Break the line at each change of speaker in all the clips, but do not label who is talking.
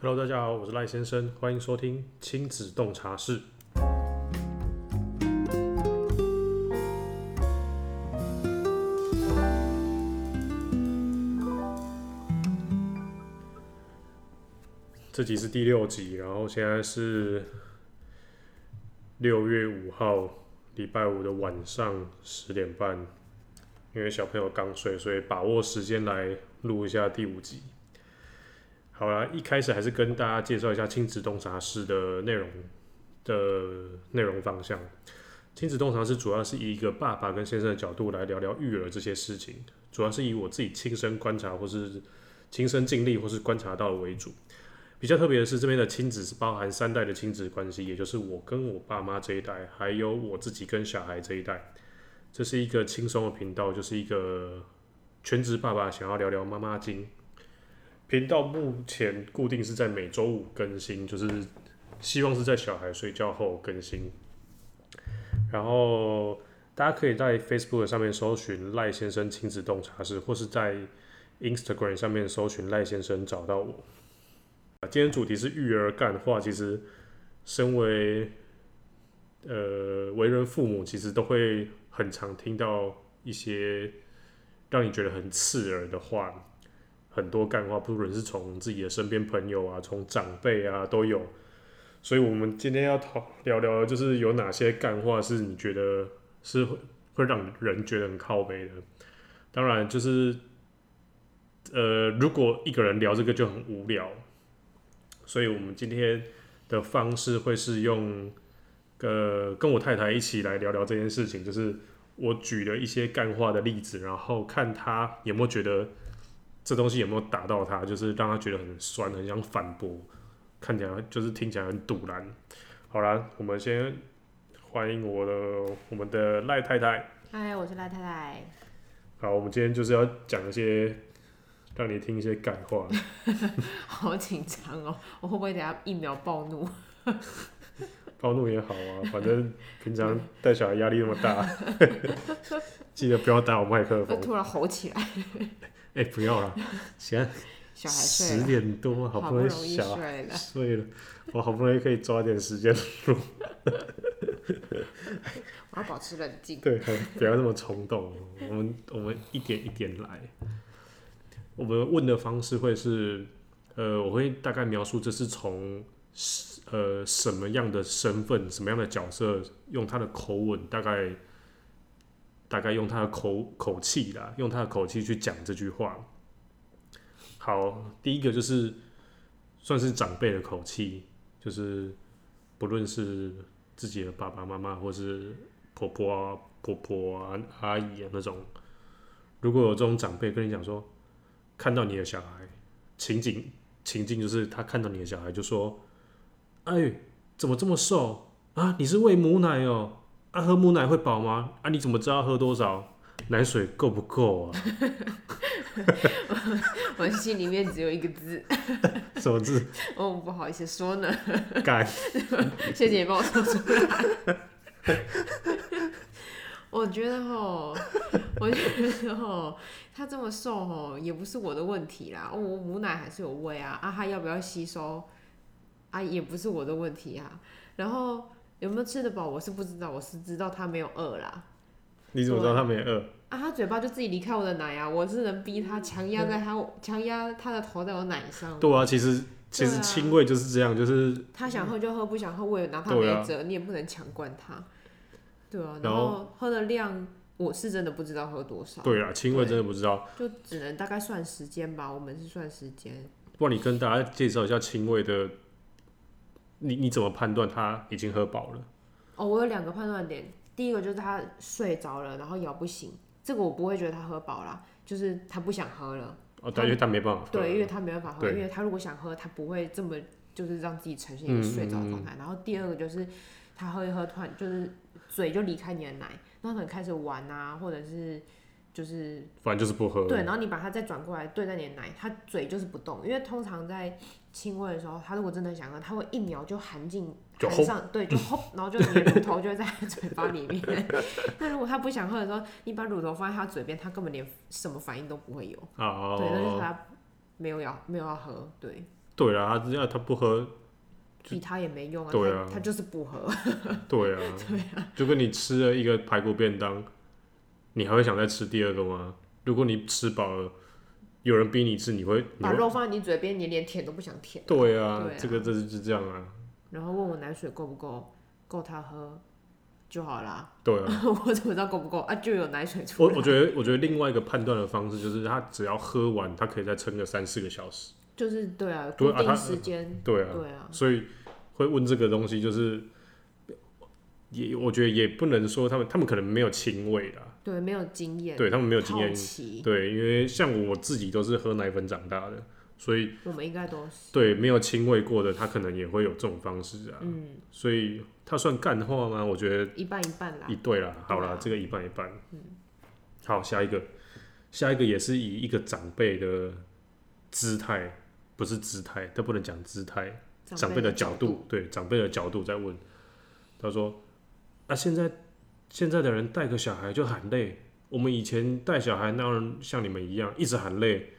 Hello，大家好，我是赖先生，欢迎收听亲子洞察室。这集是第六集，然后现在是六月五号礼拜五的晚上十点半，因为小朋友刚睡，所以把握时间来录一下第五集。好啦，一开始还是跟大家介绍一下亲子洞察室的内容的内容方向。亲子洞察室主要是以一个爸爸跟先生的角度来聊聊育儿这些事情，主要是以我自己亲身观察或是亲身经历或是观察到的为主。比较特别的是，这边的亲子是包含三代的亲子关系，也就是我跟我爸妈这一代，还有我自己跟小孩这一代。这是一个轻松的频道，就是一个全职爸爸想要聊聊妈妈经。频道目前固定是在每周五更新，就是希望是在小孩睡觉后更新。然后大家可以在 Facebook 上面搜寻赖先生亲子洞察室，或是在 Instagram 上面搜寻赖先生找到我。啊今天主题是育儿干话，其实身为呃为人父母，其实都会很常听到一些让你觉得很刺耳的话。很多干话，不论是从自己的身边朋友啊，从长辈啊都有。所以，我们今天要讨聊聊，就是有哪些干话是你觉得是会会让人觉得很靠背的。当然，就是呃，如果一个人聊这个就很无聊，所以我们今天的方式会是用呃跟我太太一起来聊聊这件事情，就是我举了一些干话的例子，然后看她有没有觉得这东西有没有打到他，就是让他觉得很酸，很想反驳，看起来就是听起来很堵然。好啦，我们先欢迎我的我们的赖太太。
嗨，我是赖太太。
好，我们今天就是要讲一些让你听一些感话。
好紧张哦，我会不会等下一秒暴怒？
暴怒也好啊，反正平常带小孩压力那么大，哦啊记得不要打我麦克
会
风。
突然吼起来？
哎、不要啦，现在
小孩睡
十
了，
点多，啊好
好
不容易
容易
小孩
睡了，
睡了，我好不容易可以抓点时间
我要保持冷静。
对，不要那么冲动。我们我们一点一点来。我们问的方式会是，呃，我会大概描述这是从呃什么样的身份、什么样的角色，用他的口吻，大概大概用他的口口气啦，用他的口气去讲这句话。好，第一个就是算是长辈的口气，就是不论是自己的爸爸妈妈或是婆婆啊、婆婆啊、阿姨啊那种，如果有这种长辈跟你讲说，看到你的小孩，情景情境就是他看到你的小孩就说：“哎，怎么这么瘦啊？你是喂母奶哦？啊，喝母奶会饱吗？啊，你怎么知道喝多少？奶水够不够啊？
我的心里面只有一个字，
什么字
我不好意思说呢。
干？
谢谢你帮我说出来。 我觉得吼，我觉得吼，他这么瘦吼，也不是我的问题啦。哦，我母奶还是有喂啊，啊，他要不要吸收啊，也不是我的问题啊。然后有没有吃得饱，我是不知道，我是知道他没有饿啦。
你怎么知道他没饿？
啊，他嘴巴就自己离开我的奶啊，我是能逼他强压在他强压他的头在我奶上。
对啊，其实其实
对啊
亲喂就是这样，就是
他想喝就喝，不想喝我也拿他
对
没
啊
辙，你也不能强灌他。对啊，
然
然
后
后喝的量我是真的不知道喝多少，
对啦，啊亲喂真的不知道。
就只能大概算时间吧。我们是算时间，
不然你跟大家介绍一下亲喂的，你你怎么判断他已经喝饱了？
哦，我有两个判断点，第一个就是他睡着了，然后咬不醒，这个我不会觉得他喝饱啦，就是他不想喝了。
哦，
他
对，因为他没办法喝。
嗯对，因为他没办法喝，
对
因为他如果想喝，他不会这么就是让自己呈现一个睡着的状
嗯
态。然后第二个就是他喝一喝，突然就是嘴就离开你的奶，然后可能开始玩啊，或者是就是
反正就是不喝。
对，然后你把它再转过来对在你的奶，它嘴就是不动，因为通常在亲喂的时候，它如果真的想喝，它会一秒就含进
就
含上，对，就吼，然后就你的乳头就会在它嘴巴里面。 那如果它不想喝的时候，你把乳头放在它嘴边，它根本连什么反应都不会有。
啊，
对，那就是
哦，
他没有要没有要喝，对，
对啦，他他不喝，
比他也没用啊，
对啊
他他就是不喝，
对啊，
对啊，
就跟你吃了一个排骨便当，你还会想再吃第二个吗？如果你吃饱了，有人逼你吃，你会，你
把
会
肉放在你嘴边，你连舔都不想舔，
对啊，
对啊
这个这是是这样啊，
然后问我奶水够不够，够他喝就好啦，
对啊。
我怎么知道够不够啊？就有奶水出
我
来，
我觉得，我觉得另外一个判断的方式就是，他只要喝完，他可以再撑个三四个小时。
就是对啊，
对
固
啊他
定时间，
对啊，
对啊，
所以会问这个东西，就是也我觉得也不能说他们，他们可能没有亲喂啦，
对，没有经验，
对他们没有经验
好，奇，
对，因为像我自己都是喝奶粉长大的，所以
我们应该都是，
对没有亲喂过的，他可能也会有这种方式啊，
嗯，
所以他算干话吗？我觉得
一半一半啦
一，对啦，好
对
啦
啊，
这个一半一半。好，下一个，下一个也是以一个长辈的姿态，不是姿态，这不能讲姿态，长辈的角度，，对，长辈的角度在问。他说：“啊，现在现在的人带个小孩就喊累，我们以前带小孩那人像你们一样一直喊累，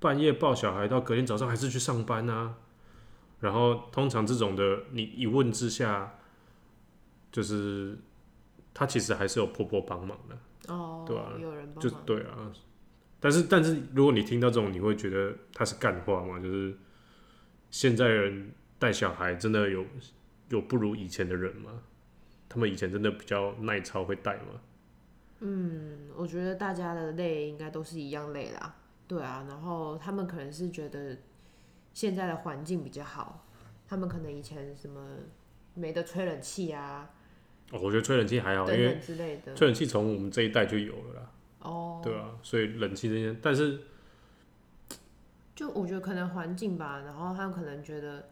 半夜抱小孩到隔天早上还是去上班啊。”然后通常这种的，你一问之下，就是他其实还是有婆婆帮忙的，
哦，
对啊
有人帮
就
忙，
对啊。但是但是，如果你听到这种，你会觉得他是干话吗？就是现在人带小孩真的有有不如以前的人吗？他们以前真的比较耐操会带吗？
嗯，我觉得大家的累应该都是一样累啦，对啊，然后他们可能是觉得现在的环境比较好，他们可能以前什么没得吹冷气啊，
哦，我觉得吹冷气还好，
等
因为
等之类的，
吹冷气从我们这一代就有了啦，
哦，
对啊，所以冷气这些，但是
就我觉得可能环境吧，然后他们可能觉得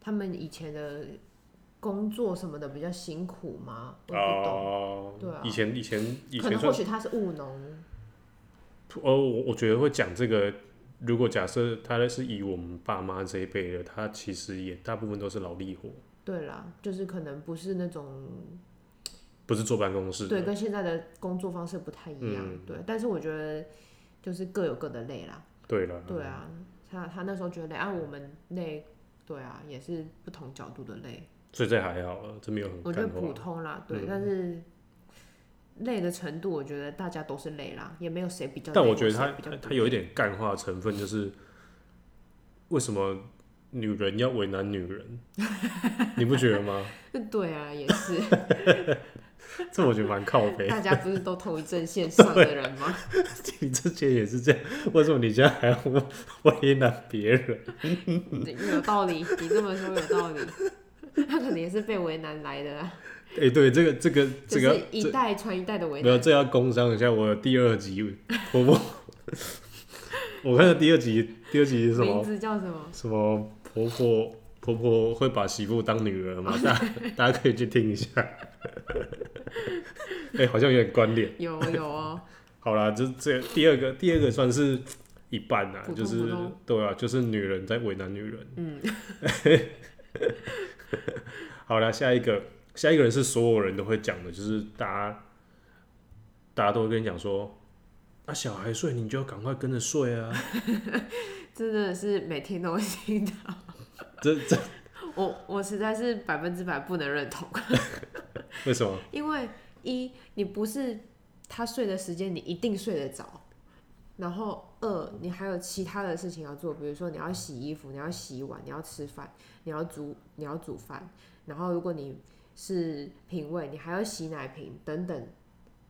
他们以前的工作什么的比较辛苦嘛，我也不懂，
哦
对啊
以前以前以
可
前
能或
算
许他是务农，
哦，我我觉得会讲这个。如果假设他是以我们爸妈这一辈的，他其实也大部分都是劳力活，
对啦，就是可能不是那种
不是坐办公室的。
对，跟现在的工作方式不太一样，
嗯
对。但是我觉得就是各有各的累啦，
对了，
对啊。他他那时候觉得累，啊，我们累，对啊，也是不同角度的累，
所以这还好啊，这没有很
我觉得
干
普
话。
通啦，对。
嗯
但是累的程度，我觉得大家都是累啦，也没有谁比较累
但
或
我觉
谁
得
比
他
较不累。
他他有一点干话成分，就是为什么女人要为难女人？ 你不觉得 吗？
点，对啊，也 是，
这我觉得蛮靠背。
大家不是都同一阵线上的人吗？
你之前也是这样，为什么你现在还要为难别人？
有道理，你这么说有道理。 他可能也是被为难来的啊，
哎、对，这个这个这
就
个
是一代传一代的为
没有，
难。
这要工商一下我的第二集婆婆。 我看到第二集，第二集是什
名
么？
字叫什么？
什么婆婆婆婆会把媳妇当女 儿吗？大家大家可以去听一下。 哎、好像有点关联。
有有哦，
好啦，这这第二个第二个算是一半啊，
普通
就是
普通
对啊，就是女人在为难女人。
嗯，
好啦，下一个下一个人是所有人都会讲的，就是大家大家都会跟你讲说，啊小孩睡你就要赶快跟着睡啊，
真的是每天都会听到，
这这
我我实在是百分之百不能认同，
为什么？
因为一你不是他睡的时间，你一定睡得着，然后二你还有其他的事情要做，比如说你要洗衣服，你要洗碗，你要吃饭，你要煮你要煮饭，然后如果你是品味，你还要洗奶瓶等等，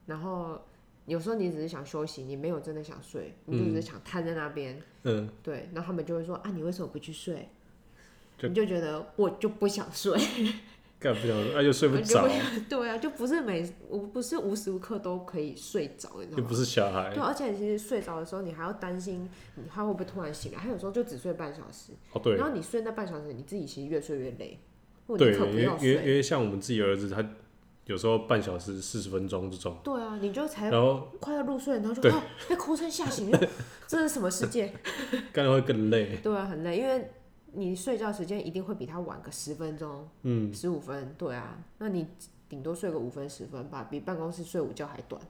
然后有时候你只是想休息，你没有真的想睡，你就只是想瘫在那边。
嗯，
对，然后他们就会说啊，你为什么不去睡？
就
你就觉得我就不想 睡，
干不想睡，哎、又睡不
我就
着
不，想 对啊，就不是每我不是无时无刻都可以睡着，你知
又
道吗
不？是小孩
对，。而且其实睡着的时候，你还要担心你他会不会突然醒来，他有时候就只睡半小时，
哦，对，
然后你睡那半小时，你自己其实越睡越累，或者
对，
你可不
因为
要
因为因
睡，
为像我们自己儿子，他有时候半小时、四十分钟这种，
对啊，你就才
然后
快要入睡，然后就
对
哦被哭声吓醒，就 这是什么世界？
干会更累。
对啊，很累，因为你睡觉时间一定会比他晚个十分钟，
嗯，
十五分，对啊，那你顶多睡个五分十分吧，比办公室睡午觉还短。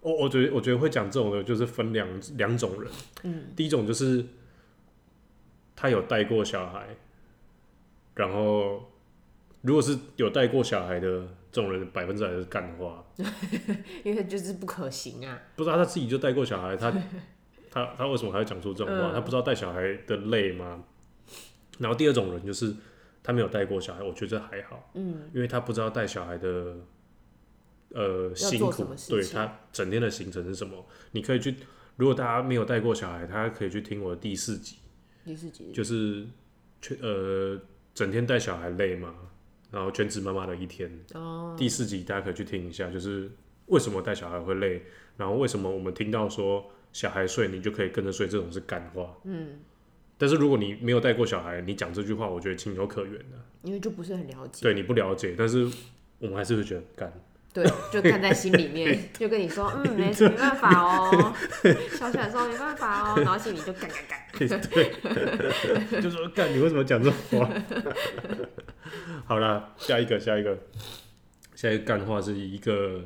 我我觉得我觉得会讲这种的，就是分两两种人。
嗯，
第一种就是他有带过小孩，然后如果是有带过小孩的这种人，百分之百是干话。
因为就是不可行啊。
不知道他自己就带过小孩， 他他他为什么还要讲出这种话？
嗯
他不知道带小孩的累吗？然后第二种人就是他没有带过小孩，我觉得还好，
嗯，
因为他不知道带小孩的呃
做
辛
什
苦
么，事
对
情
他整天的行程是什么？你可以去，如果大家没有带过小孩，他可以去听我的第四集，
第四集
就是全呃整天带小孩累吗？然后全职妈妈的一天，
哦，
第四集大家可以去听一下，就是为什么带小孩会累，然后为什么我们听到说小孩睡你就可以跟着睡，这种是干话。
嗯，
但是如果你没有带过小孩，你讲这句话，我觉得情有可原的、
因为就不是很了解，
对你不了解，但是我们还是会觉得干。
对，就看在心里面， 就跟你说，嗯，没没办法 哦，小小的时候没办法哦，然后心里就干干干，
对， 就说干，你为什么讲这种话？ 好啦，下一个，下一个，下一个干话是一个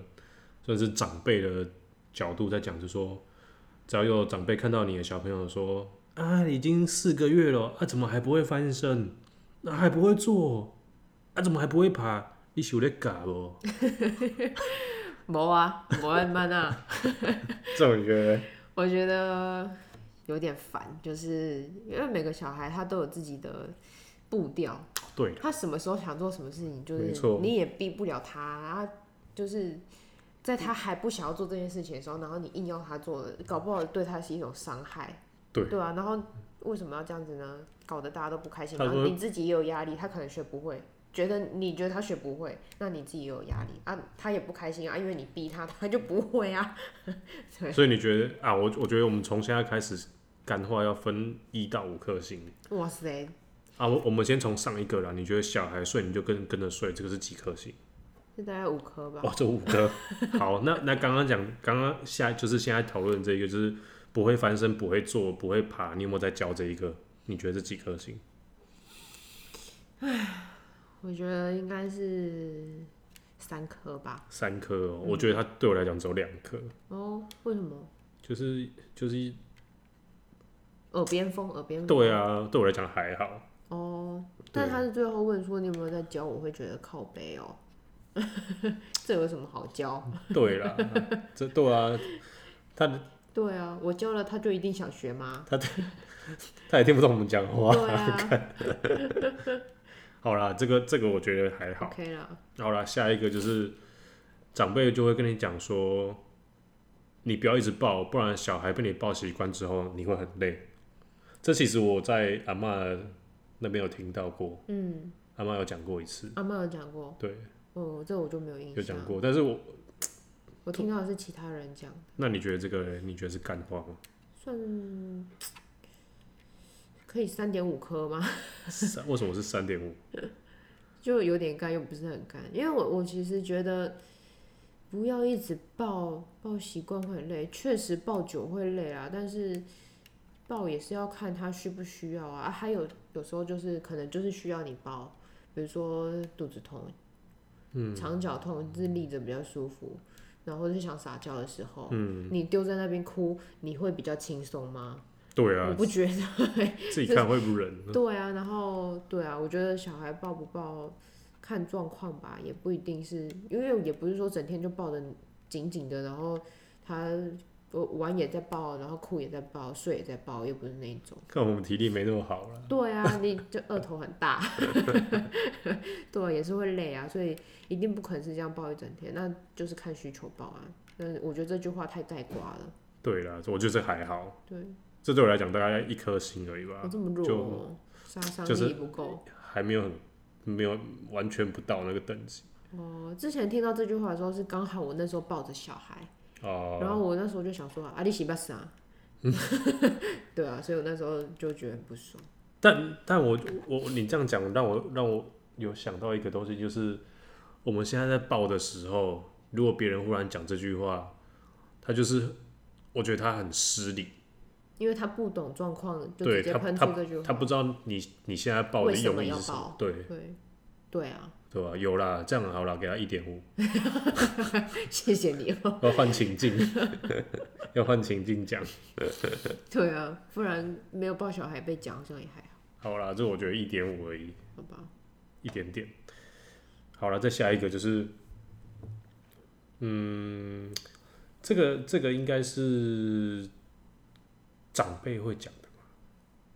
算是长辈的角度在讲，就说只要有长辈看到你的小朋友说啊，已经四个月了，啊，怎么还不会翻身？那、还不会坐？啊，怎么还不会爬？你是有在哦嘎不？
没啊，没慢慢啊，
这种你觉得？
我觉得有点烦，就是因为每个小孩他都有自己的步调，
对，
他什么时候想做什么事情，就
没
是
错
你也逼不了他，啊，就是在他还不想要做这件事情的时候，然后你硬要他做的，搞不好对他是一种伤害。
对
对啊，然后为什么要这样子呢？搞得大家都不开心，
他
然后
说
你自己也有压力，他可能学不会，觉得你觉得他学不会，那你自己也有压力啊，他也不开心啊，因为你逼他，他就不会啊。对，
所以你觉得啊，我我觉得我们从现在开始干话要分一到五颗星。
哇塞，
啊，我我们先从上一个啦。你觉得小孩睡你就跟跟着睡，这个是几颗星？
是大概五颗吧。
哇，这五颗。好，那那刚刚讲，刚刚下就是现在讨论这一个，就是不会翻身、不会坐、不会爬，你有没有在教这一个？你觉得这几颗星？
我觉得应该是三颗吧。
三颗哦、我觉得他对我来讲只有两颗，
哦，为什么？
就是就是
耳边风，耳边风。
对啊，对我来讲还好。
哦，
对啊
但他是最后问说你有没有在教，我会觉得靠背哦， 这有什么好教？
对啦，这对啊，他
对啊，我教了他就一定想学吗？
他也听不懂我们讲话。
对啊
好啦，这个这个我觉得还好。
，OK 啦，
好啦，下一个就是长辈就会跟你讲说，你不要一直抱，不然小孩被你抱习惯之后，你会很累。这其实我在阿嬷那边有听到过，
嗯，
阿嬷有讲过一次，
阿妈有讲过，
对，
哦，这我就没有印象，
有讲过。但是我，
我听到的是其他人讲，
那你觉得这个嘞，你觉得是干话吗？
算可以三点五颗吗？
三为什么是三点五？
就有点干，又不是很干，因为我我其实觉得不要一直抱抱习惯会很累，确实抱久会累啊，但是抱也是要看他需不需要啊。啊还有有时候就是可能就是需要你抱，比如说肚子痛，嗯，肠绞痛就是立着比较舒服，然后就想撒娇的时候，嗯，你丢在那边哭，你会比较轻松吗？
对
我
啊，
不觉得、
自己看会不忍。
对啊，然后对啊，我觉得小孩抱不抱看状况吧，也不一定是因为也不是说整天就抱着你紧紧的，然后他呃玩也在抱，然后哭也在抱，睡也在抱，又不是那一种。
看我们体力没那么好了，
对啊，你这额头很大， 对啊，也是会累啊，所以一定不可能是这样抱一整天，那就是看需求抱啊。那我觉得这句话太带瓜了，
对啦，我觉得这还好，
对
这对我来讲大概一颗星而已吧
我、。这么弱、
啊就
哦，杀伤
就是
力不够。
还没有很没有完全不到那个等级
哦，之前听到这句话的时候是刚好我那时候抱着小孩，
哦。
然后我那时候就想说啊，你洗不 洗啊？对啊，所以我那时候就觉得很不爽。
但但我我你这样讲，让我让我有想到一个东西，就是我们现在在抱的时候，如果别人忽然讲这句话，他就是我觉得他很失礼，
因为他不懂状况，就
对
直接
他
喷
他
出这句话。
他不知道你你现在抱的
为什么
用意
要
是什
抱
么，对
对，对啊，
对吧？有啦，这样好啦，给他一点五，
谢谢你哦。
要换情境， 要换情境讲。
对啊，不然没有抱小孩被讲好像也还好，
好啦，这我觉得一点五而已，
好吧？
一点点。好了，再下一个就是，嗯，这个这个应该是长辈会讲的吧，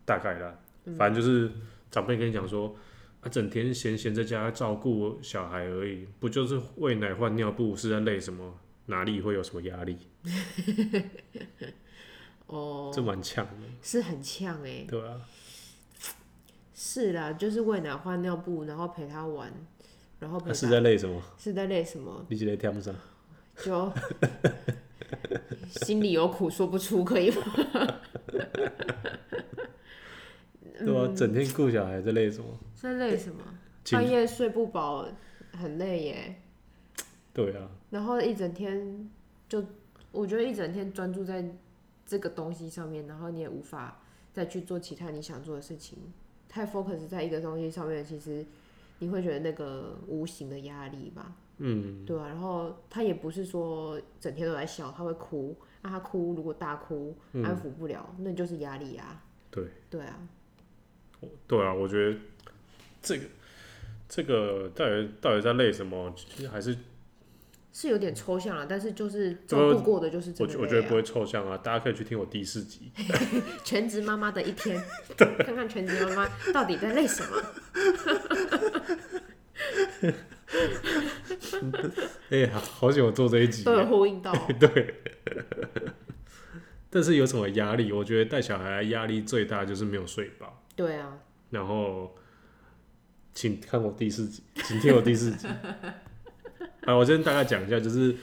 大概啦，反正就是长辈跟你讲说，啊，整天闲闲在家照顾小孩而已，不就是喂奶换尿布，是在累什么？哪里会有什么压力？
哦，
这蛮呛的，
是很呛哎、
对啊，
是啦，就是喂奶、换尿布，然后陪他玩，然后陪
啊
他
是在累什么？
是在累什么？
你是在跳上？
就 心里有苦说不出，可 以吗？
对啊，整天顾小孩在累什么？
在累什么？
情
半夜睡不饱，很累耶。
对啊，
然后一整天就，我觉得一整天专注在这个东西上面，然后你也无法再去做其他你想做的事情。太 focus 在一个东西上面，其实你会觉得那个无形的压力吧，
嗯，
对啊，然后他也不是说整天都在笑，他会哭，那、他哭如果大哭安抚不了，那就是压力
嗯
啊。
对，
对啊，
对啊，我觉得这个这个到底到底在累什么？其实还是
是有点抽象啊，但是就是照
呃
顾过的就是这
我
个、
觉
啊
我觉得不会抽象啊，大家可以去听我第四集，
全职妈妈的一天，看看全职妈妈到底在累什么。
哎、呀，好久做这一集啊
都有 呼应到哦、
对。但是有什么压力？我觉得带小孩压力最大就是没有睡饱，
对啊，
然后请看我第四集，请听我第四集。 啊，我先大概讲一下，就是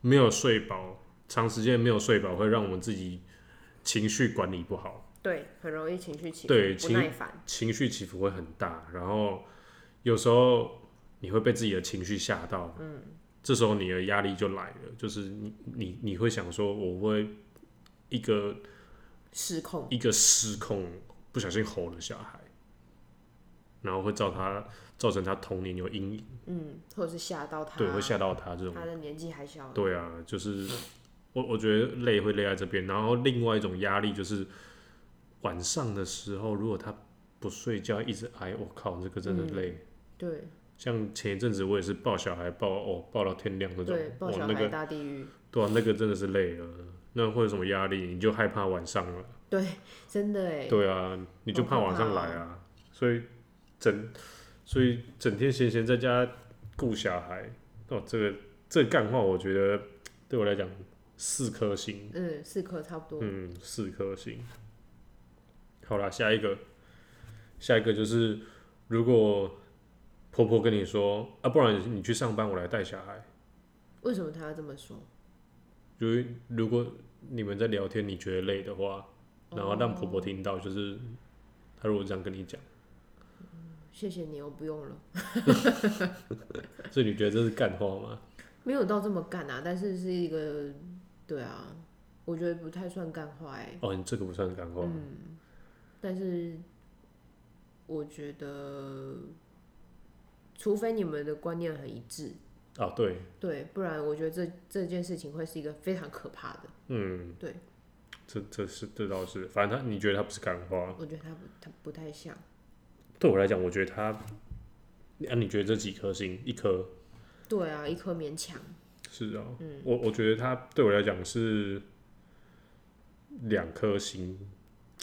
没有睡饱，长时间没有睡饱会让我们自己情绪管理不好。
对，很容易情绪起伏，
对
不
情
耐烦，
情绪起伏会很大，然后有时候你会被自己的情绪吓到，嗯，这时候你的压力就来了，就是你你你会想说，我会一个
失控。
一个失控，不小心吼了小孩，然后会造他造成他童年有阴影，
嗯，或者是吓到他，
对，会吓到他这种，
他的年纪还小，
对啊，就是我我觉得累会累在这边，然后另外一种压力就是晚上的时候，如果他不睡觉一直挨，我靠，这个真的
嗯
累。
对
像前一阵子我也是抱小孩抱哦抱到天亮那种
对，，抱
哇
小
那
孩
个
大地狱，
对啊，那个真的是累了。那会有什么压力？你就害怕晚上了，
真的哎，
对啊，你就怕晚上来
哦
啊。所以整所以整天闲闲在家顾小孩，哦，这个这个干话，我觉得对我来讲四颗星，
嗯，四颗差不多，
嗯，四颗星。好啦，下一个，下一个就是如果婆婆跟你说啊，不然你去上班，我来带小孩。
为什么他要这么说？
就是如果你们在聊天，你觉得累的话，然后让婆婆听到，就是她如果这样跟你讲，
谢谢你，我不用了，
所以你觉得这是干话吗？
没有到这么干啊，但是是一个，对啊，我觉得不太算干话哎，
哦，你这个不算干话，
但是我觉得，除非你们的观念很一致，
啊，对，
对，不然我觉得这这件事情会是一个非常可怕的。
嗯，
对，
这这是这倒是，反正她你觉得她不是干话，
我觉得他不，他不太像。
对我来讲，我觉得她，啊，你觉得这几颗星？一颗
对啊，一颗勉强。
是啊，我我觉得她对我来讲是两颗星，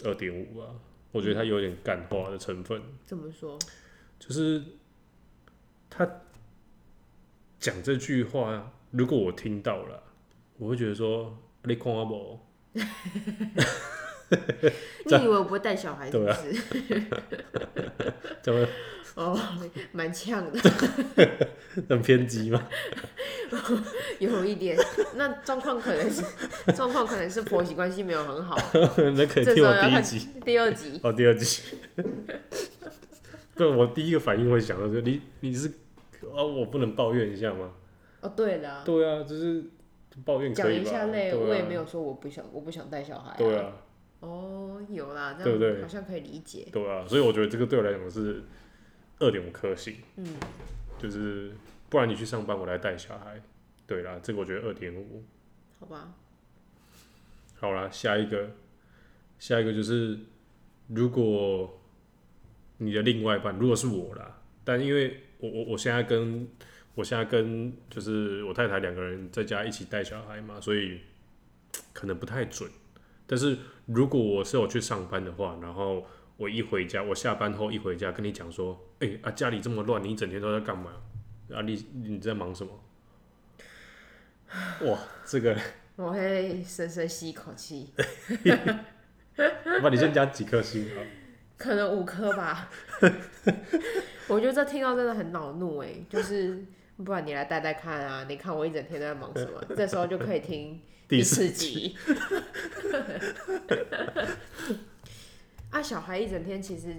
二点五吧，我觉得她有点干话的成分。
怎么说？
就是他讲这句话，如果我听到了，我会觉得说你看我无，
你以为我不会带小孩是不
对啊
是？
这样
哦，蛮呛的，
会很偏激吗？
有 一点。那状况可能是状况可能是婆媳关系没有 很好。
那可以
这
听
时候
我
要
第一
看
集
第二集。
哦，第二集。对，我第一个反应会想到说你你是啊，我不能抱怨一下吗？
哦，对了，
对啊，就是抱怨
讲
可以
一
吧？
下累，
对啊
我也没有说我不想我不想带小孩、
对。啊，
哦，有啦，这
对
样
不对
好像可以理解。
对啊，所以我觉得这个对我来讲是二点五颗星。
嗯，
就是不然你去上班，我来带小孩。对啦，这个我觉得二点五。
好吧，
好啦，下一个，下一个就是，如果你的另外一半，如果是我啦，但因为我我我现在跟我现在跟就是我太太两个人在家一起带小孩嘛，所以可能不太准。但是如果我是有去上班的话，然后我一回家，我下班后一回家跟你讲说，哎、啊家里这么乱，你一整天都在干嘛？啊你你在忙什么？哇，这个
我会深深吸一口气，
那你先加几颗星啊？
可能五颗 吧。我觉得这听到真的很恼怒哎、就是不然你来带带看啊，你看我一整天都在忙什 么？这时候就可以听
第
四
四
集。 啊，小孩一整天其实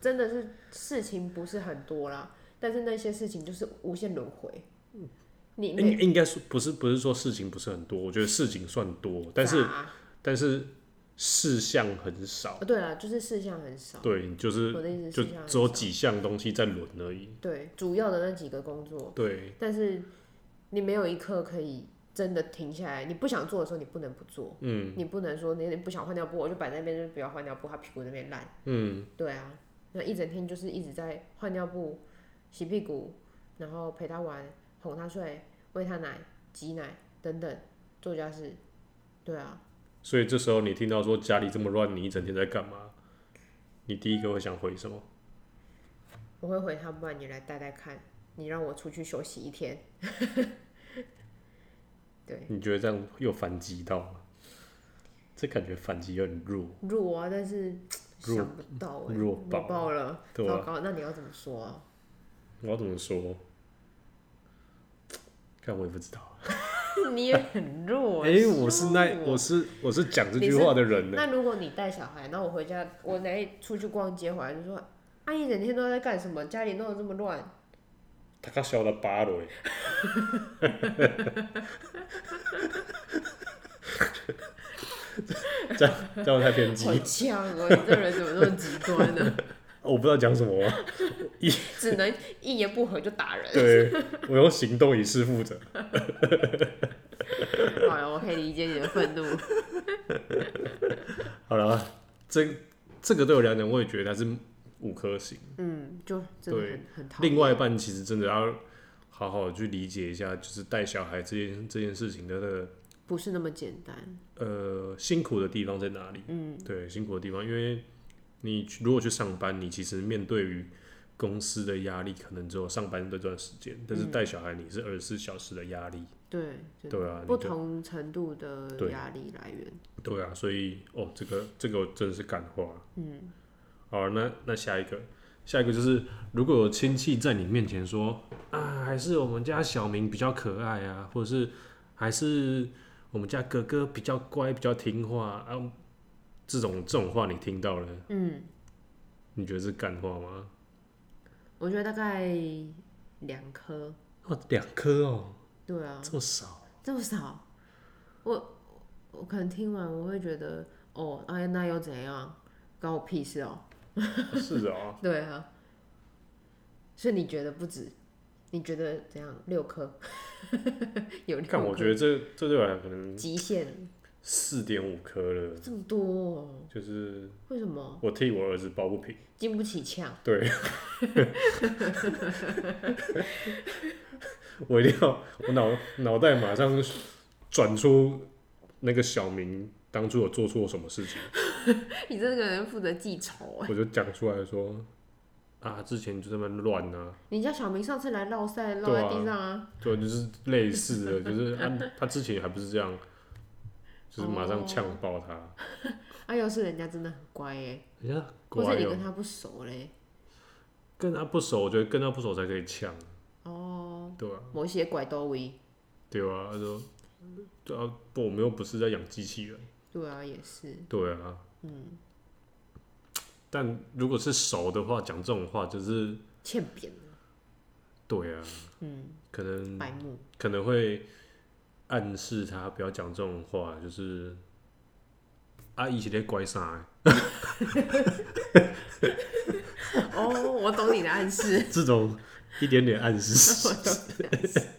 真的是事情不是很多啦，但是那些事情就是无限轮回。
嗯
你
应
你
应该说不是不是说事情不是很多，我觉得事情算多，但是
啊，
但是事项很少，
对啊，就是事项很少。
对，你就是
我的意思
就是
事项很
只有
少
几项东西在轮而已，
对主要的那几个工作，
对
但是你没有一刻可以真的停下来。你不想做的时候，你不能不做。嗯，你不能说你你不想换尿布，我就摆在那边就不要换尿布，他屁股那边烂。嗯，对啊，那一整天就是一直在换尿布、洗屁股，然后陪他玩、哄他睡、喂他奶、挤奶等等，做家事。对啊，
所以这时候你听到说家里这么乱，你一整天在干嘛？你第一个会想回什么？
我会回他，不然你来带带看，你让我出去休息一天。 对。
你觉得这样又反击到吗？这感觉反击有点弱，
弱啊，但是
弱
想不到哎、欸，
弱爆
爆了，
对啊
糟
吧、
糕，那你要怎么说啊？
我要怎么说？看我也不知道。
你也很弱、
哎、
欸。
我是那
说
我是我是讲这
你
句
是
话的人呢、
那如果你带小孩，那我回家，我哪一出去逛街回来就说，阿、姨整天都在干什么？家里弄得这么乱，
他刚笑了八 轮。这样这样太偏激
好，呛哦、你这人怎么那么极端呢、
我不知道讲什么、
只能一言不合就打人。
对我用行动以示负责。
好了，我可以理解你的愤怒。
好了，这这个对我来讲，我也觉得它是五颗星。
嗯，就真的
对
很很讨厌。
另外一半其实真的要好好地去理解一下，就是带小孩这件这件事情的那个
不是那么简单。
呃辛苦的地方在哪里？嗯，对，辛苦的地方，因为你去如果去上班，你其实面对于公司的压力，可能只有上班这段时间，但是带小孩你是二十四小时的压力，
对，真的
对啊你
不
就
同程度的
对
压力来源。
对啊，所以哦，这个这个我真的是感化，嗯，好，那那下一个。下一个就是，如果有亲戚在你面前说啊，还是我们家小明比较可爱啊，或者是还是我们家哥哥比较乖、比较听话啊，这种这种话你听到了，
嗯。
你觉得是干话吗？
我觉得大概两颗，
哦，两颗哦，
对啊，
这么少，
这么少，我我可能听完我会觉得，哦，哎，那又怎样，关我屁事哦，
是 哦，
对啊，所以你觉得不止，你觉得怎样？六颗， 有六颗，
看我觉得这这对我来讲可能
极限
四点五颗了，
这么多、哦，
就是
为什么
我替我儿子抱不平，
经不起呛？
对， 我一定要我脑脑袋马上转出那个小明当初有做错什么事情，
你这个人负责记仇哎、
我就讲出来说啊，之前就这么乱啊，
你家小明上次来绕赛绕
对
在
啊
地上啊，
对，就是类似的，就是啊，他之前还不是这样，就是马上呛爆他。
啊，要是人家真的很乖哎、
人家
或者
乖
你
哦
跟，他不熟嘞，
跟啊他不熟，我觉得跟他不熟才可以呛，
哦。
对吧、啊？
某一些怪都为，
对啊，他说，对啊，不，我们又不是在养机器人，
对啊，也是，
对啊，嗯。但如果是熟的话，讲这种话就是
欠扁了，
对啊，
嗯，
可能
白 目，
可能会暗示他不要讲这种话，就是阿姨是在乖啥，
哦，我懂你的暗示，
这种一点点暗示。
我都这样子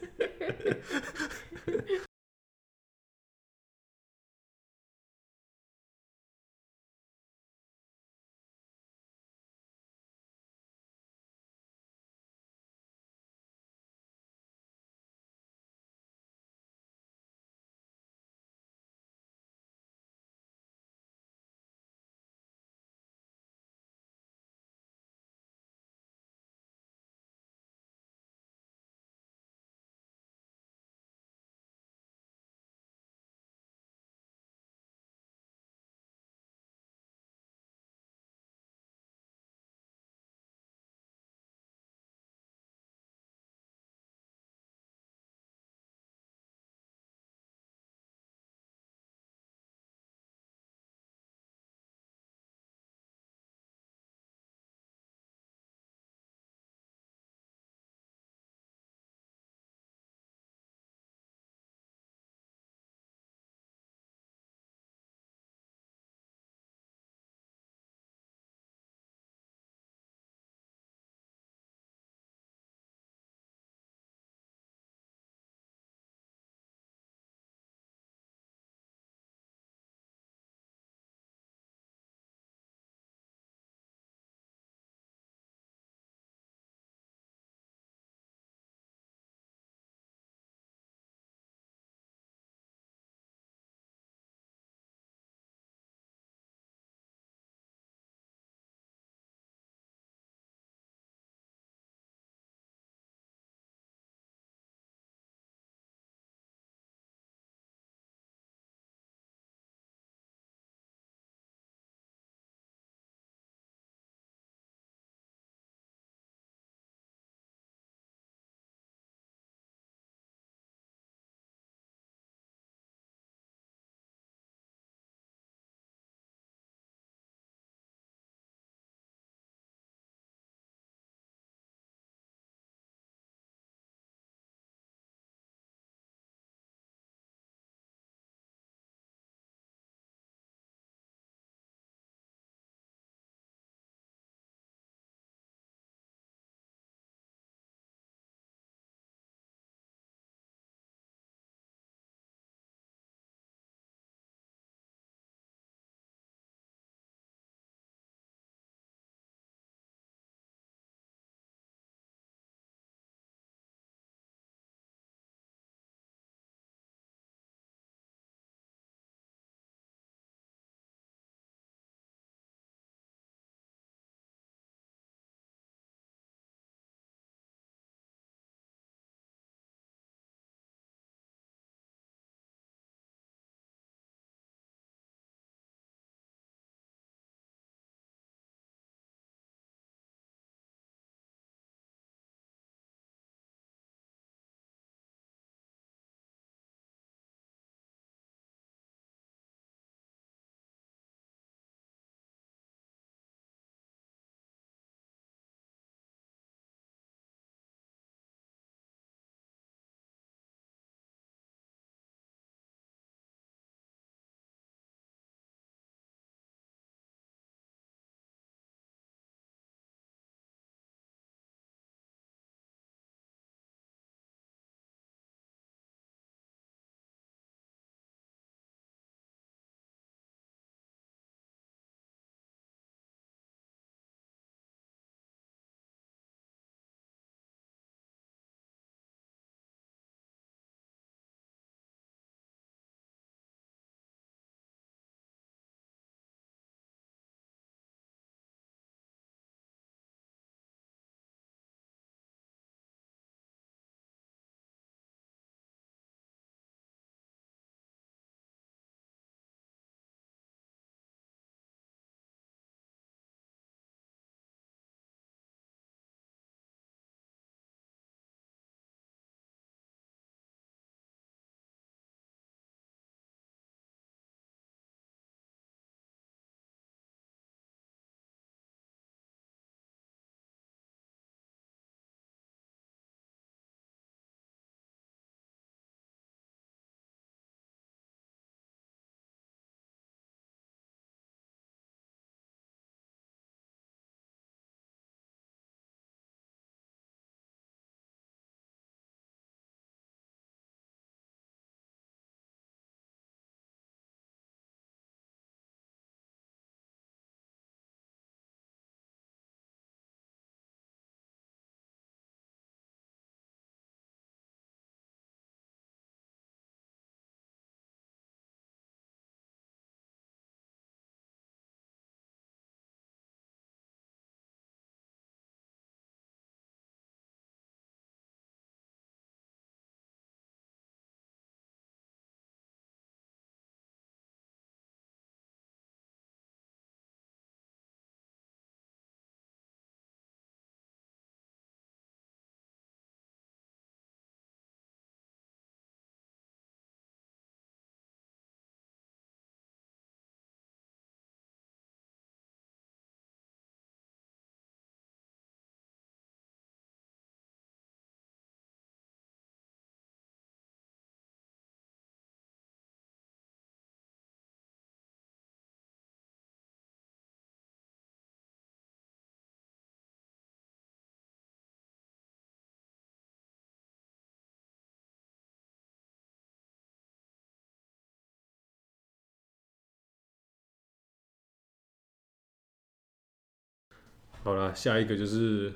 好啦，下一个就是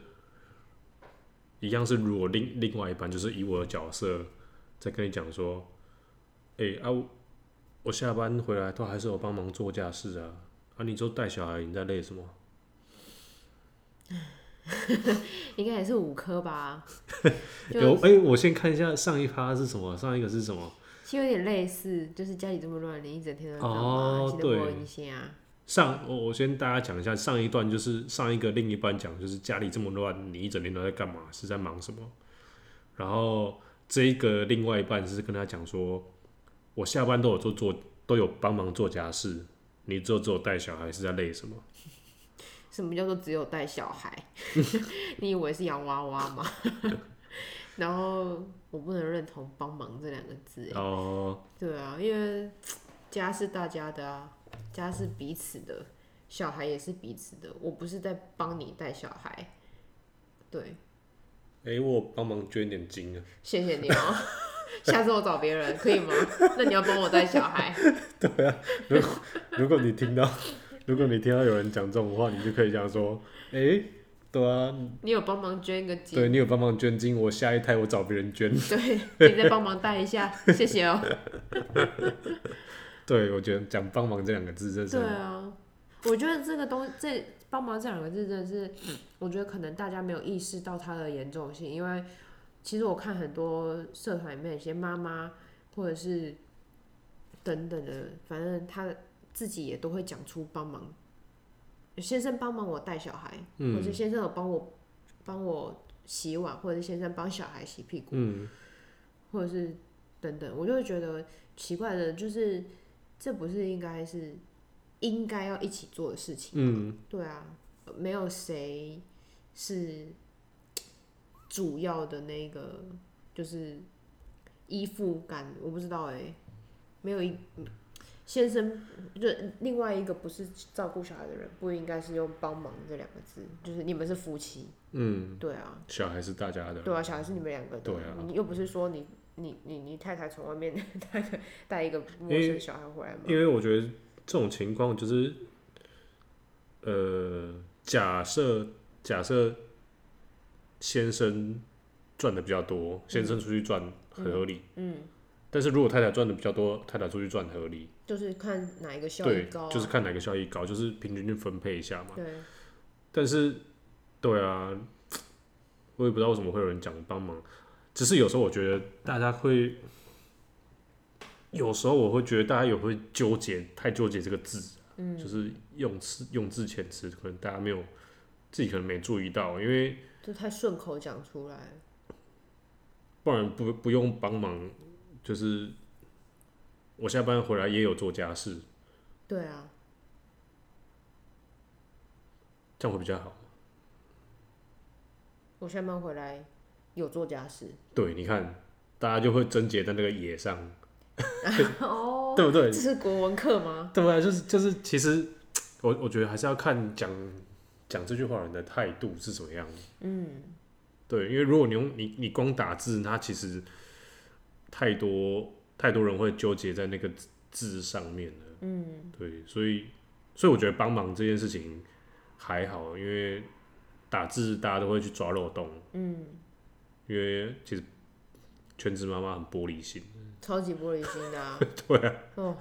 一样是，如果另另外一半就是以我的角色在跟你讲说，哎、啊我，我下班回来都还是有帮忙做家事啊，啊，你就带小孩，你在累什么？
应该也是五颗 吧，就
有哎、我先看一下上一趴是什么，上一个是什么？
其实有点类似，就是家里这么乱，你一整天都在干嘛？
哦
记得播
对
一下。
上我我先大家讲一下，上一段就是上一个另一半讲，就是家里这么乱，你一整天都在干嘛？是在忙什么？然后这一个另外一半是跟他讲说，我下班都有做做都有帮忙做家事，你只有只有带小孩是在累什么？
什么叫做只有带小 孩？你以为是洋娃娃吗？ 然后我不能认同“帮忙”这两个字，哎
哦、
对啊，因为家是大家的啊，家是彼此的，小孩也是彼此的。我不是在帮你带小孩，对，
哎、我帮忙捐点精 啊，
谢谢你哦。下次我找别人可以吗？那你要帮我带小孩，
如果你听到，如果你听到有人讲这种话，你就可以讲说，哎、对啊，
你有帮忙捐一个鸡，
对你有帮忙捐精，我下一胎我找别人捐。
对，你再帮忙带一下，谢谢哦。
对，我觉得讲帮忙这两个字真是
对啊，我觉得这个东这帮忙这两个字真的是，我觉得可能大家没有意识到它的严重性，因为其实我看很多社团里面有些妈妈或者是等等的，反正她自己也都会讲出帮忙，先生帮忙我带小孩，
嗯
或者是先生有帮我帮我洗碗，或者是先生帮小孩洗屁股，
嗯，
或者是等等，我就会觉得奇怪的，就是这不是应该是应该要一起做的事情？
嗯，
对啊，没有谁是主要的那个，就是依附感，我不知道哎、没有一嗯先生，就另外一个不是照顾小孩的人，不应该是用帮忙这两个字，就是你们是夫妻，
嗯，
对啊，
小孩是大家的，
对啊，小孩是你们两个的，
对啊
你又不是说你你你你太太从外面 带个带一个陌
因
生
为
小孩回来吗？
因为我觉得这种情况就是，呃，假设假设先生赚的比较多，先生出去赚很合理，嗯，但是如果太太赚的比较多，太太出去赚合理，
就是看哪一个效益
对
高、啊，，
就是看哪个效益高，就是平均去分配一下嘛。
对
但是，对啊，我也不知道为什么会有人讲帮忙，只是有时候我觉得大家会，有时候我会觉得大家也会纠结，太纠结这个字，嗯，就是用词用字遣词，可能大家没有自己可能没注意到，因为
就太顺口讲出来，
不然不不用帮忙，就是我下班回来也有做家事，
对啊，
这样会比较好。
我下班回来有做家事，
对，你看，大家就会纠结在那个野上，
哦，
对不对
这？是国文课吗？
对啊，就是就是，其实我我觉得还是要看讲讲这句话的人的态度是怎么样。
嗯，
对，因为如果你用你你光打字，它其实太多太多人会纠结在那个字字上面了。嗯，对，所以所以我觉得帮忙这件事情还好，因为打字大家都会去抓漏洞。嗯，因为其实全职妈妈很玻璃心。
超级玻璃心的、啊，
对啊。
哦，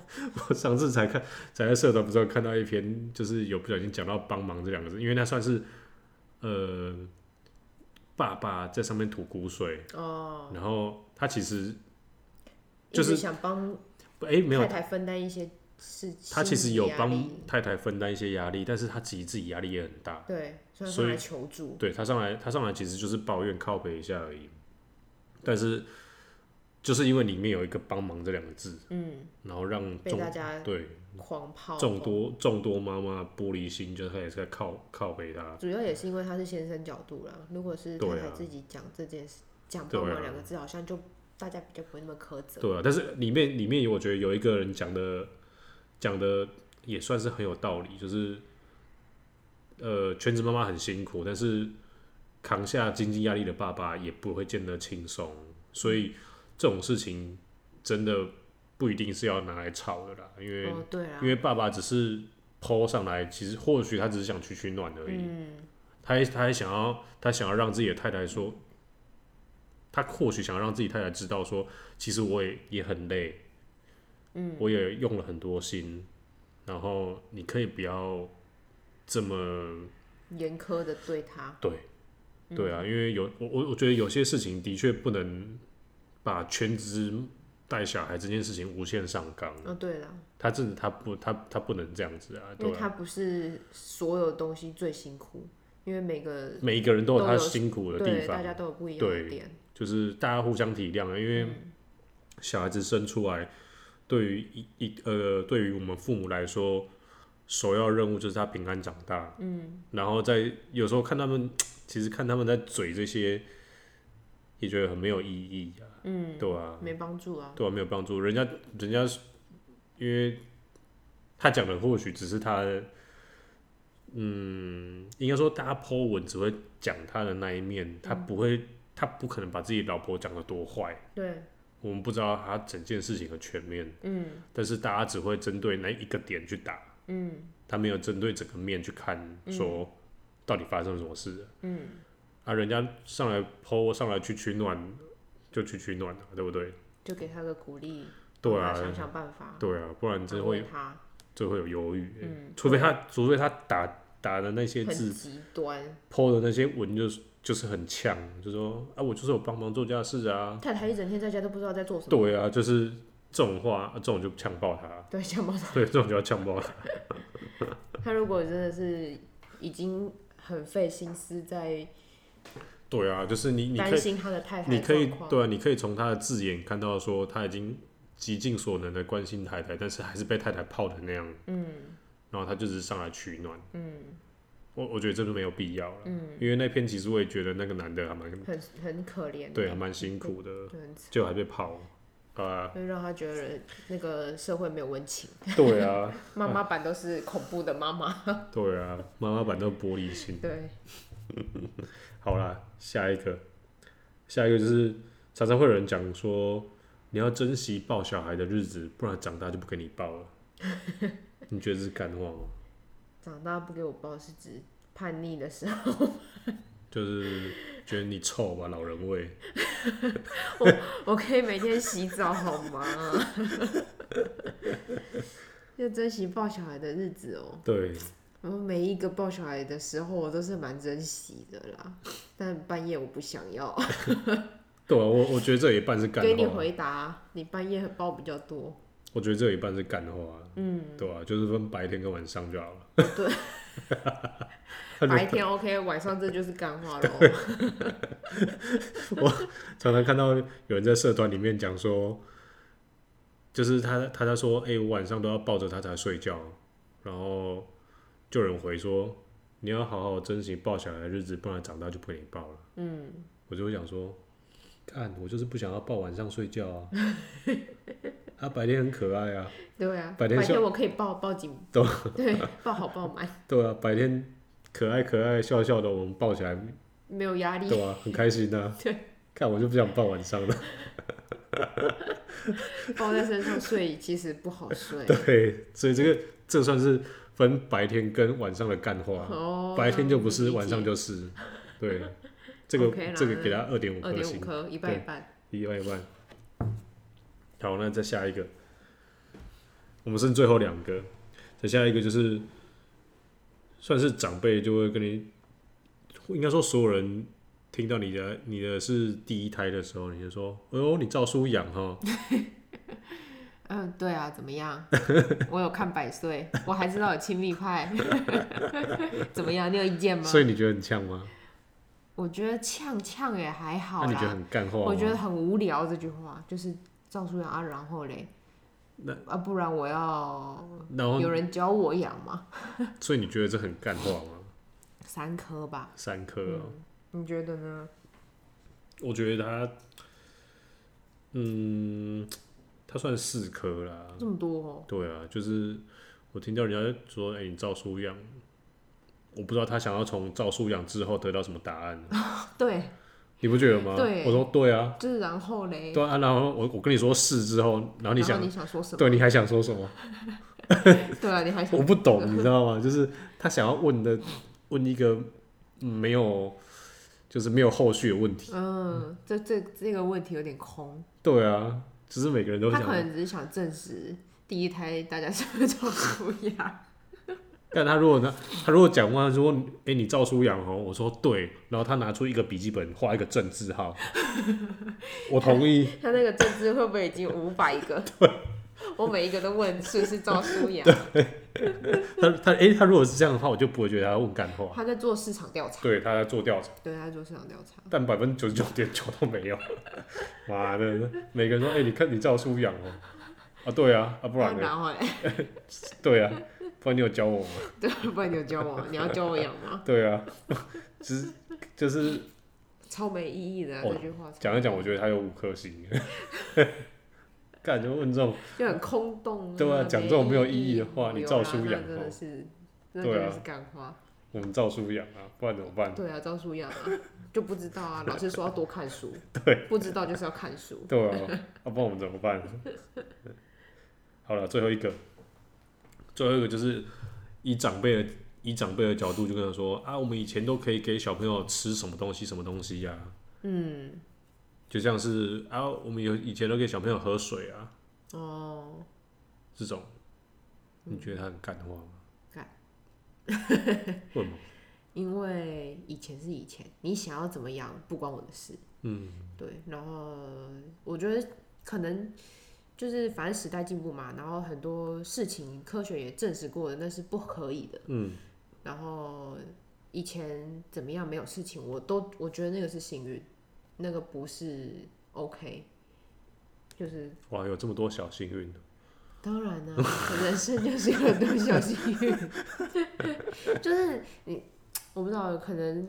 我 上次才看，才在社团不知道看到一篇，就是有不小心讲到“帮忙”这两个字，因为那算是呃爸爸在上面吐苦水哦，然后他其实就
一
是
直想帮
哎、没有
太，太分担一些事，
他其实
心理
有
压
帮
力
太太分担一些压力，但是他自己自己压力也很大，
对，所以他
所以
来求助，
对他上来，他上来其实就是抱怨靠北一下而已，但是就是因为里面有一个“帮忙”这两个字，
嗯，
然后让
被
众
大家
对
狂炮
众多众多妈妈玻璃心，就是她也是在靠靠背她。
主要也是因为他是先生角度啦，如果是太
对
太
啊
自己讲这件事，讲
对
帮
啊
忙两个字，好像就大家比较不会那么苛责。
对啊，但是里面里面有我觉得有一个人讲的讲的也算是很有道理，就是呃，全职妈妈很辛苦，但是扛下经济压力的爸爸也不会见得轻松，所以这种事情真的不一定是要拿来吵的啦，因为、
哦，对啦嗯
因，为爸爸只是抛上来，其实或许他只是想取取暖而已，他他还想要他想要让自己的太太说，他或许想要让自己太太知道说，其实我也也很累，嗯，我也用了很多心，然后你可以不要这么
严苛的对他，
对，
嗯
对啊，因为有我我我觉得有些事情的确不能把全职带小孩这件事情无限上纲，
哦，对了，
他真的他不他他不能这样子啊，
因
对
为
啊，
他不是所有东西最辛苦，因为每个
每一个人都有
都
他
有
辛苦的地
对
方
大，家都有不一样的
对
点，
就是大家互相体谅啊，因为小孩子生出来，对于一一呃，对于我们父母来说，首要任务就是他平安长大。嗯，然后在有时候看他们，其实看他们在嘴这些，也觉得很没有意义啊。嗯，对啊，
没帮助啊，
对啊，没有帮助。人家人家是因为他讲的或许只是他的，嗯，应该说大家 Po 文只会讲他的那一面，他
嗯
不会，他不可能把自己老婆讲的多坏。
对，
我们不知道他整件事情的全面，
嗯
但是大家只会针对那一个点去打，
嗯
他没有针对整个面去看，说到底发生了什么事了
嗯，
啊？人家上来 Po 上来去取暖，就去取暖了，对不对？
就给他个鼓励，
对
让
啊
他，想想办法，
对啊，不然真
安
会
慰他，
就会有犹豫、欸
嗯
除非他，除非他打打的那些
很
字
极端，
，PO 的那些文就是就是很呛，就说啊，我就是有帮忙做家事啊，
太太一整天在家都不知道在做什么，
对啊，就是这种话，啊这种就呛爆他，
对，想不到
对，这种就要呛爆他，
他如果真的是已经很费心思在
对啊，就是你你可
担
以
心他的太太
你
的
可以
状况，
对啊，你可以从他的字眼看到说他已经极尽所能的关心太太，但是还是被太太泡的那样，
嗯
然后他就只是上来取暖，
嗯，
我我觉得这就没有必要了，嗯，因为那篇其实我也觉得那个男的还蛮
很很可怜，
对，还，蛮辛苦的，
对，很惨
就还被泡。啊、
会让他觉得那个社会没有温情，
对啊，
妈妈版都是恐怖的妈妈，
对啊，妈妈版都玻璃心。
对，
好啦，下一个，下一个就是常常会有人讲说，你要珍惜抱小孩的日子，不然长大就不给你抱了。你觉得这是干话吗？
长大不给我抱是指叛逆的时候，
就是觉得你臭吧，老人味。
我可以每天洗澡好吗？ 要珍惜抱小孩的日子哦、
对，
我每一个抱小孩的时候，我都是蛮珍惜的啦，但半夜我不想要。
对啊，我我觉得这一半是干
给你
话，
回答，你半夜抱比较多。
我觉得这一半是干话。嗯，对啊，就是分白天跟晚上就好了。对，
白天 OK，晚上这就是干 话喽。
常常看到有人在社团里面讲说，就是他他在说，哎、我晚上都要抱着他才睡觉，然后就有人回说，你要好好珍惜抱小孩的日子，不然长大就不给你抱了。嗯，我就会想说，看我就是不想要抱晚上睡觉啊，他、白天很可爱啊，
对啊，
白
白
天
天我可以抱抱紧
都，
对，抱好抱满，
对啊，白天可爱可爱笑笑的，我们抱起来，
没有压力。
对啊，很开心啊。
对，
看我就不想抱晚上了，
抱在身上睡其实不好睡。
对，所以这个这算是分白天跟晚上的干话。
哦，
白天就不是，晚上就是。 对，这个
OK 啦
这个给他二点五
二
颗
点五
星，
颗，一半一半。
一万一万。好，那再下一个，我们剩最后两个，再下一个就是算是长辈就会跟你，应该说所有人听到你的你的是第一胎的时候，你就说，哎呦，你照书养哦哈，
嗯，对啊，怎么样？ 我有看百岁，我还知道有亲密派， 怎么样？你有意见吗？
所以你觉得很呛吗？
我觉得呛呛也还好
那你觉得
啦，
很干话吗？
我觉得很无聊这句话，就是赵书阳啊，然后嘞，啊，不然我要
然后
有人教我养嘛，
所以你觉得这很干话吗？
三颗吧，
三颗、哦。
你觉得呢？
我觉得他，嗯，他算四颗啦。
这么多哦，
对啊，就是我听到人家说，哎、你照书养，我不知道他想要从照书养之后得到什么答案，
哦 对，
你不觉得吗？
对
我说对啊，
就是然后嘞，
对啊。然后我我跟你说是之后，然后你
然
想
后，你想说什么？
对，你还想说什么？
对啊，你还想
我不懂，你知道吗？就是他想要问的，问一个嗯没有，就是没有后续的问题。
嗯，这这这个问题有点空，
对啊，只是每个人都
他可
想，
能只是想证实第一胎大家是不是照顾 呀？
但他如果拿他如果讲话说，哎、你照书养哦，我说对，然后他拿出一个笔记本画一个正字 号，我同意，
他那个政治会不会已经有五 百个？我每一个都问是不是赵舒雅？
他他哎、他如果是这样的话，我就不会觉得他问干话，
他在做市场调查，
对，他在做调查，
对，他在做市场调查。
但百分之九十九点九都没有， 妈的，每个人说，哎、你看你照书养哦，啊对啊，啊不然呢？
然后嘞，
对啊，不然你有教我吗？
对，不然你有教我吗，你要教我养吗？
对啊，只是就是
超没意义的啊、
哦
这句话，
讲一讲，我觉得他有五颗星。 干就问这种，
就很空洞、
对啊
没
讲这种没有
意
意义的话你照书养
有啦那真
哦
的是，那
对
真
啊
的是干话。
我们照书养啊，不然怎么办？
对啊，照书养啊，就不知道啊。老师说要多看书，
对，
不知道就是要看书。
对啊，啊，不然我们怎么办？ 好了，最后一个，最后一个就是以长辈的以长辈的角度，就跟他说啊，我们以前都可以给小朋友吃什么东西什么东西呀、
嗯，
就像是啊，我们有以前都给小朋友喝水啊，
哦，
这种，你觉得他很干话吗？
干，
为什么？
因为以前是以前，你想要怎么养不关我的事。
嗯，
对，然后我觉得可能就是反正时代进步嘛，然后很多事情科学也证实过的，那是不可以的。
嗯，
然后以前怎么样没有事情，我都我觉得那个是幸运，那个不是 OK。就是
哇，有这么多小幸运。
当然呢、人生就是有很多小幸运，就是你我不知道，可能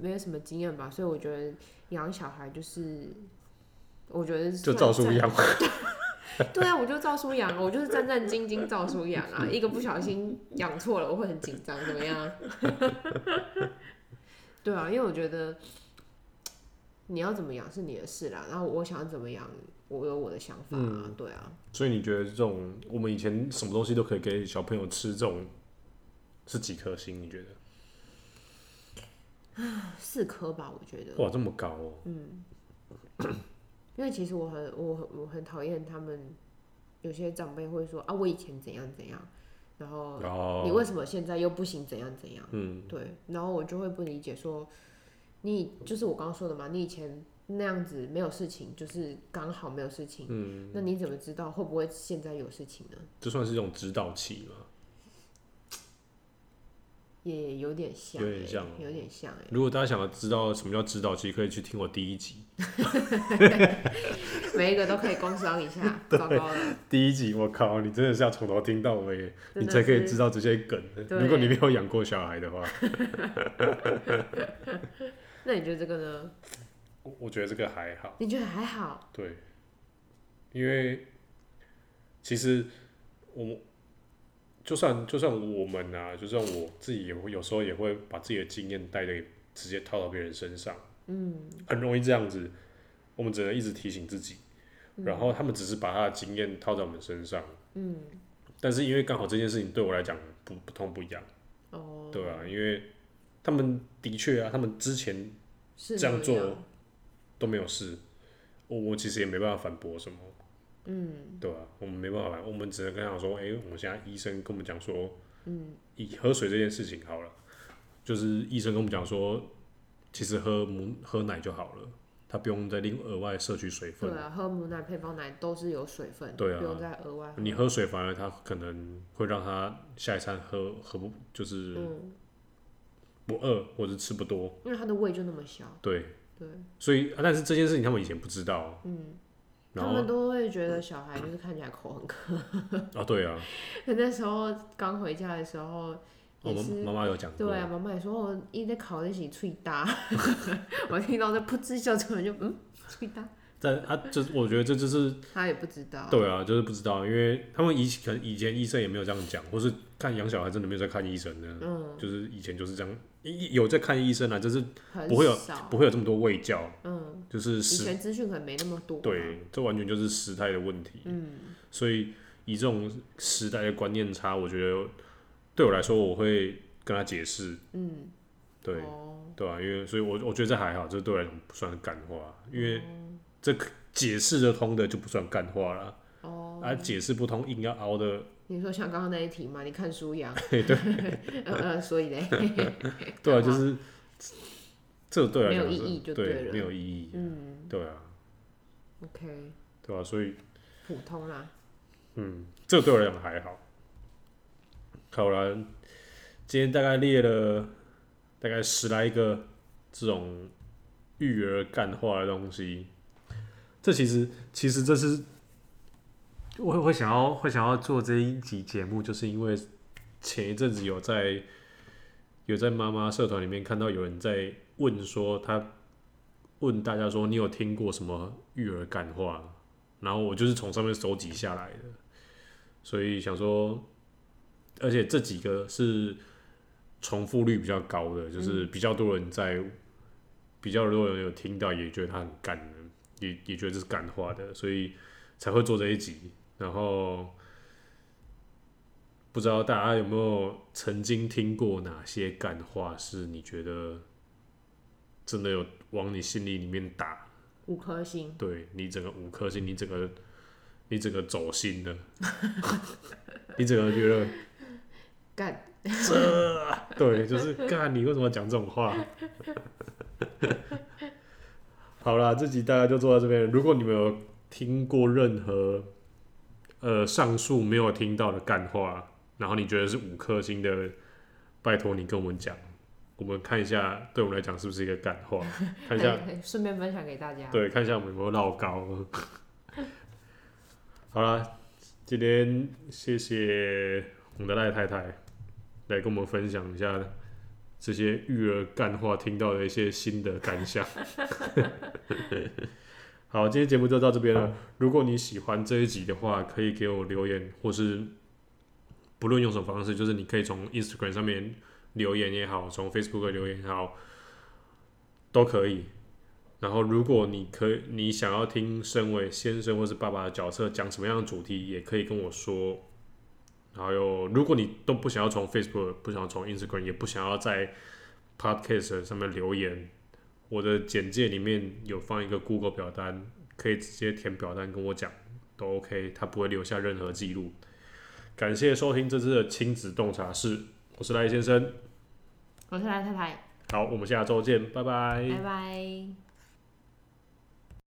没有什么经验吧，所以我觉得养小孩就是，我觉得
就
算
照书
算
养，
对啊，我就照书养，我就是战战兢兢照书养啊，一个不小心养错了，我会很紧张，怎么样？ 对啊，因为我觉得你要怎么养是你的事啦，然后我想怎么养，我有我的想法啊，
嗯
对啊，
所以你觉得这种我们以前什么东西都可以给小朋友吃，这种是几颗星？你觉得？
四颗吧，我觉得，
哇，这么高哦、
因为其实我很我很我很讨厌他们有些长辈会说啊，我以前怎样怎样，然后
然
你
后，
为什么现在又不行怎样怎样。
哦嗯，
对，然后我就会不理解说，你就是我刚刚说的嘛，你以前那样子没有事情，就是刚好没有事情，嗯，那你怎么知道会不会现在有事情呢？
这算是一种指导期嘛？
也有点像、欸，
有点像哦
有点像哎、
如果大家想要知道什么叫指导期，可以去听我第一集。
每一个都可以工商一 下，糟糕了，
第一集，我靠，你真的是要从头听到尾，
真的
你才可以
是
知道这些梗。
对
如果你没有养过小孩的话，
那你觉得这个呢？
我我觉得这个还好。
你觉得还好？
对，因为其实我们就算就算我们啊，就算我自己也会有时候也会把自己的经验带的直接套到别人身上，嗯，很容易这样子。我们只能一直提醒自己，然后他们只是把他的经验套在我们身上，嗯，但是因为刚好这件事情对我来讲不不痛不痒，
哦，
对啊，因为他们的确啊，他们之前
是
这样
没有
做都没有事，我我其实也没办法反驳什么。嗯，对啊，我们没办法，我们只能跟他讲说，哎、我们现在医生跟我们讲说，嗯，以喝水这件事情好了，就是医生跟我们讲说，其实喝母喝奶就好了，他不用再另额外摄取水分
对。啊，喝母奶、配方奶都是有水分，
对啊
不用再额外喝。
你喝水反而他可能会让他下一餐喝喝不就是
嗯，
不饿或者吃不多，
因为他的胃就那么小，
对，
对，
所以啊但是这件事情他们以前不知道，嗯，然
他
后嗯
们都会觉得小孩就是看起来口很
啊对啊，
那时候刚回家的时候，
哦我
也
们
是
妈妈有讲过，
对啊，妈妈也说我一直烤在一起脆搭， 我听到这噗嗤笑出来就嗯脆搭，
但啊，这我觉得这就是
他也不知道，
对啊，就是不知道，因为他们以可能以前医生也没有这样讲，或是看养小孩真的没有在看医生呢，
嗯，
就是以前就是这样，一有在看医生啊，就是
很
不会有
少，
不会有这么多喂教，
嗯，
就是
以
时
前资讯可能没那么多，，
对，这完全就是时代的问题，
嗯，
所以以这种时代的观念差，我觉得对我来说，我会跟他解释，嗯，对
哦
对啊，因为所以我，我觉得这还好，这对我来讲不算干话，因为
哦
这可解释得通的就不算干话啦，
哦，
啊，解释不通硬要熬的，
你说像刚刚那一题嘛，你看书一样，
嘿 对
嗯嗯，所以 嘞，
对啊，就是这对我来
没有
讲
意
是
义就对
对
了
没有意义，
嗯
对啊，
，OK，
对啊，所以
普通啦，
嗯，这对我来讲还好。好了，今天大概列了大概十来个这种育儿干话的东西。这其实其实这是我会想要会想要做这一集节目，就是因为前一阵子有在有在妈妈社团里面看到有人在问说他问大家说你有听过什么育儿干话？然后我就是从上面收集下来的，所以想说，而且这几个是重复率比较高的，就是比较多人在，比较多人有听到，也觉得他很干的，也也觉得这是干话的，所以才会做这一集。然后不知道大家有没有曾经听过哪些干话，是你觉得真的有往你心里里面打，
五颗星，
对你整个五颗星，你整个你整个走心的， 你整个觉得
干，
对，就是干你为什么讲这种话？ 好啦，这集大概就做到这边。如果你们有听过任何呃上述没有听到的干话，然后你觉得是五颗星的，拜托你跟我们讲，我们看一下对我们来讲是不是一个干话，看一下
顺便分享给大家，
对，看一下我们有没有绕高。 好啦，今天谢谢我们的赖太太来跟我们分享一下这些育儿干话听到的一些新的感想。 好，今天节目就到这边了。如果你喜欢这一集的话，可以给我留言，或是不论用什么方式，就是你可以从 Instagram 上面留言也好，从 Facebook 留言也好，都可以。然后，如果你可你想要听身为先生或是爸爸的角色讲什么样的主题，也可以跟我说。还有，如果你都不想要从 Facebook、不想要从 Instagram、也不想要在 Podcast 上面留言，我的简介里面有放一个 Google 表单，可以直接填表单跟我讲，都 OK，它不会留下任何记录。感谢收听这次的亲子洞察室，我是赖先生。
我是来太太，
好，我们下周见，拜拜
拜拜。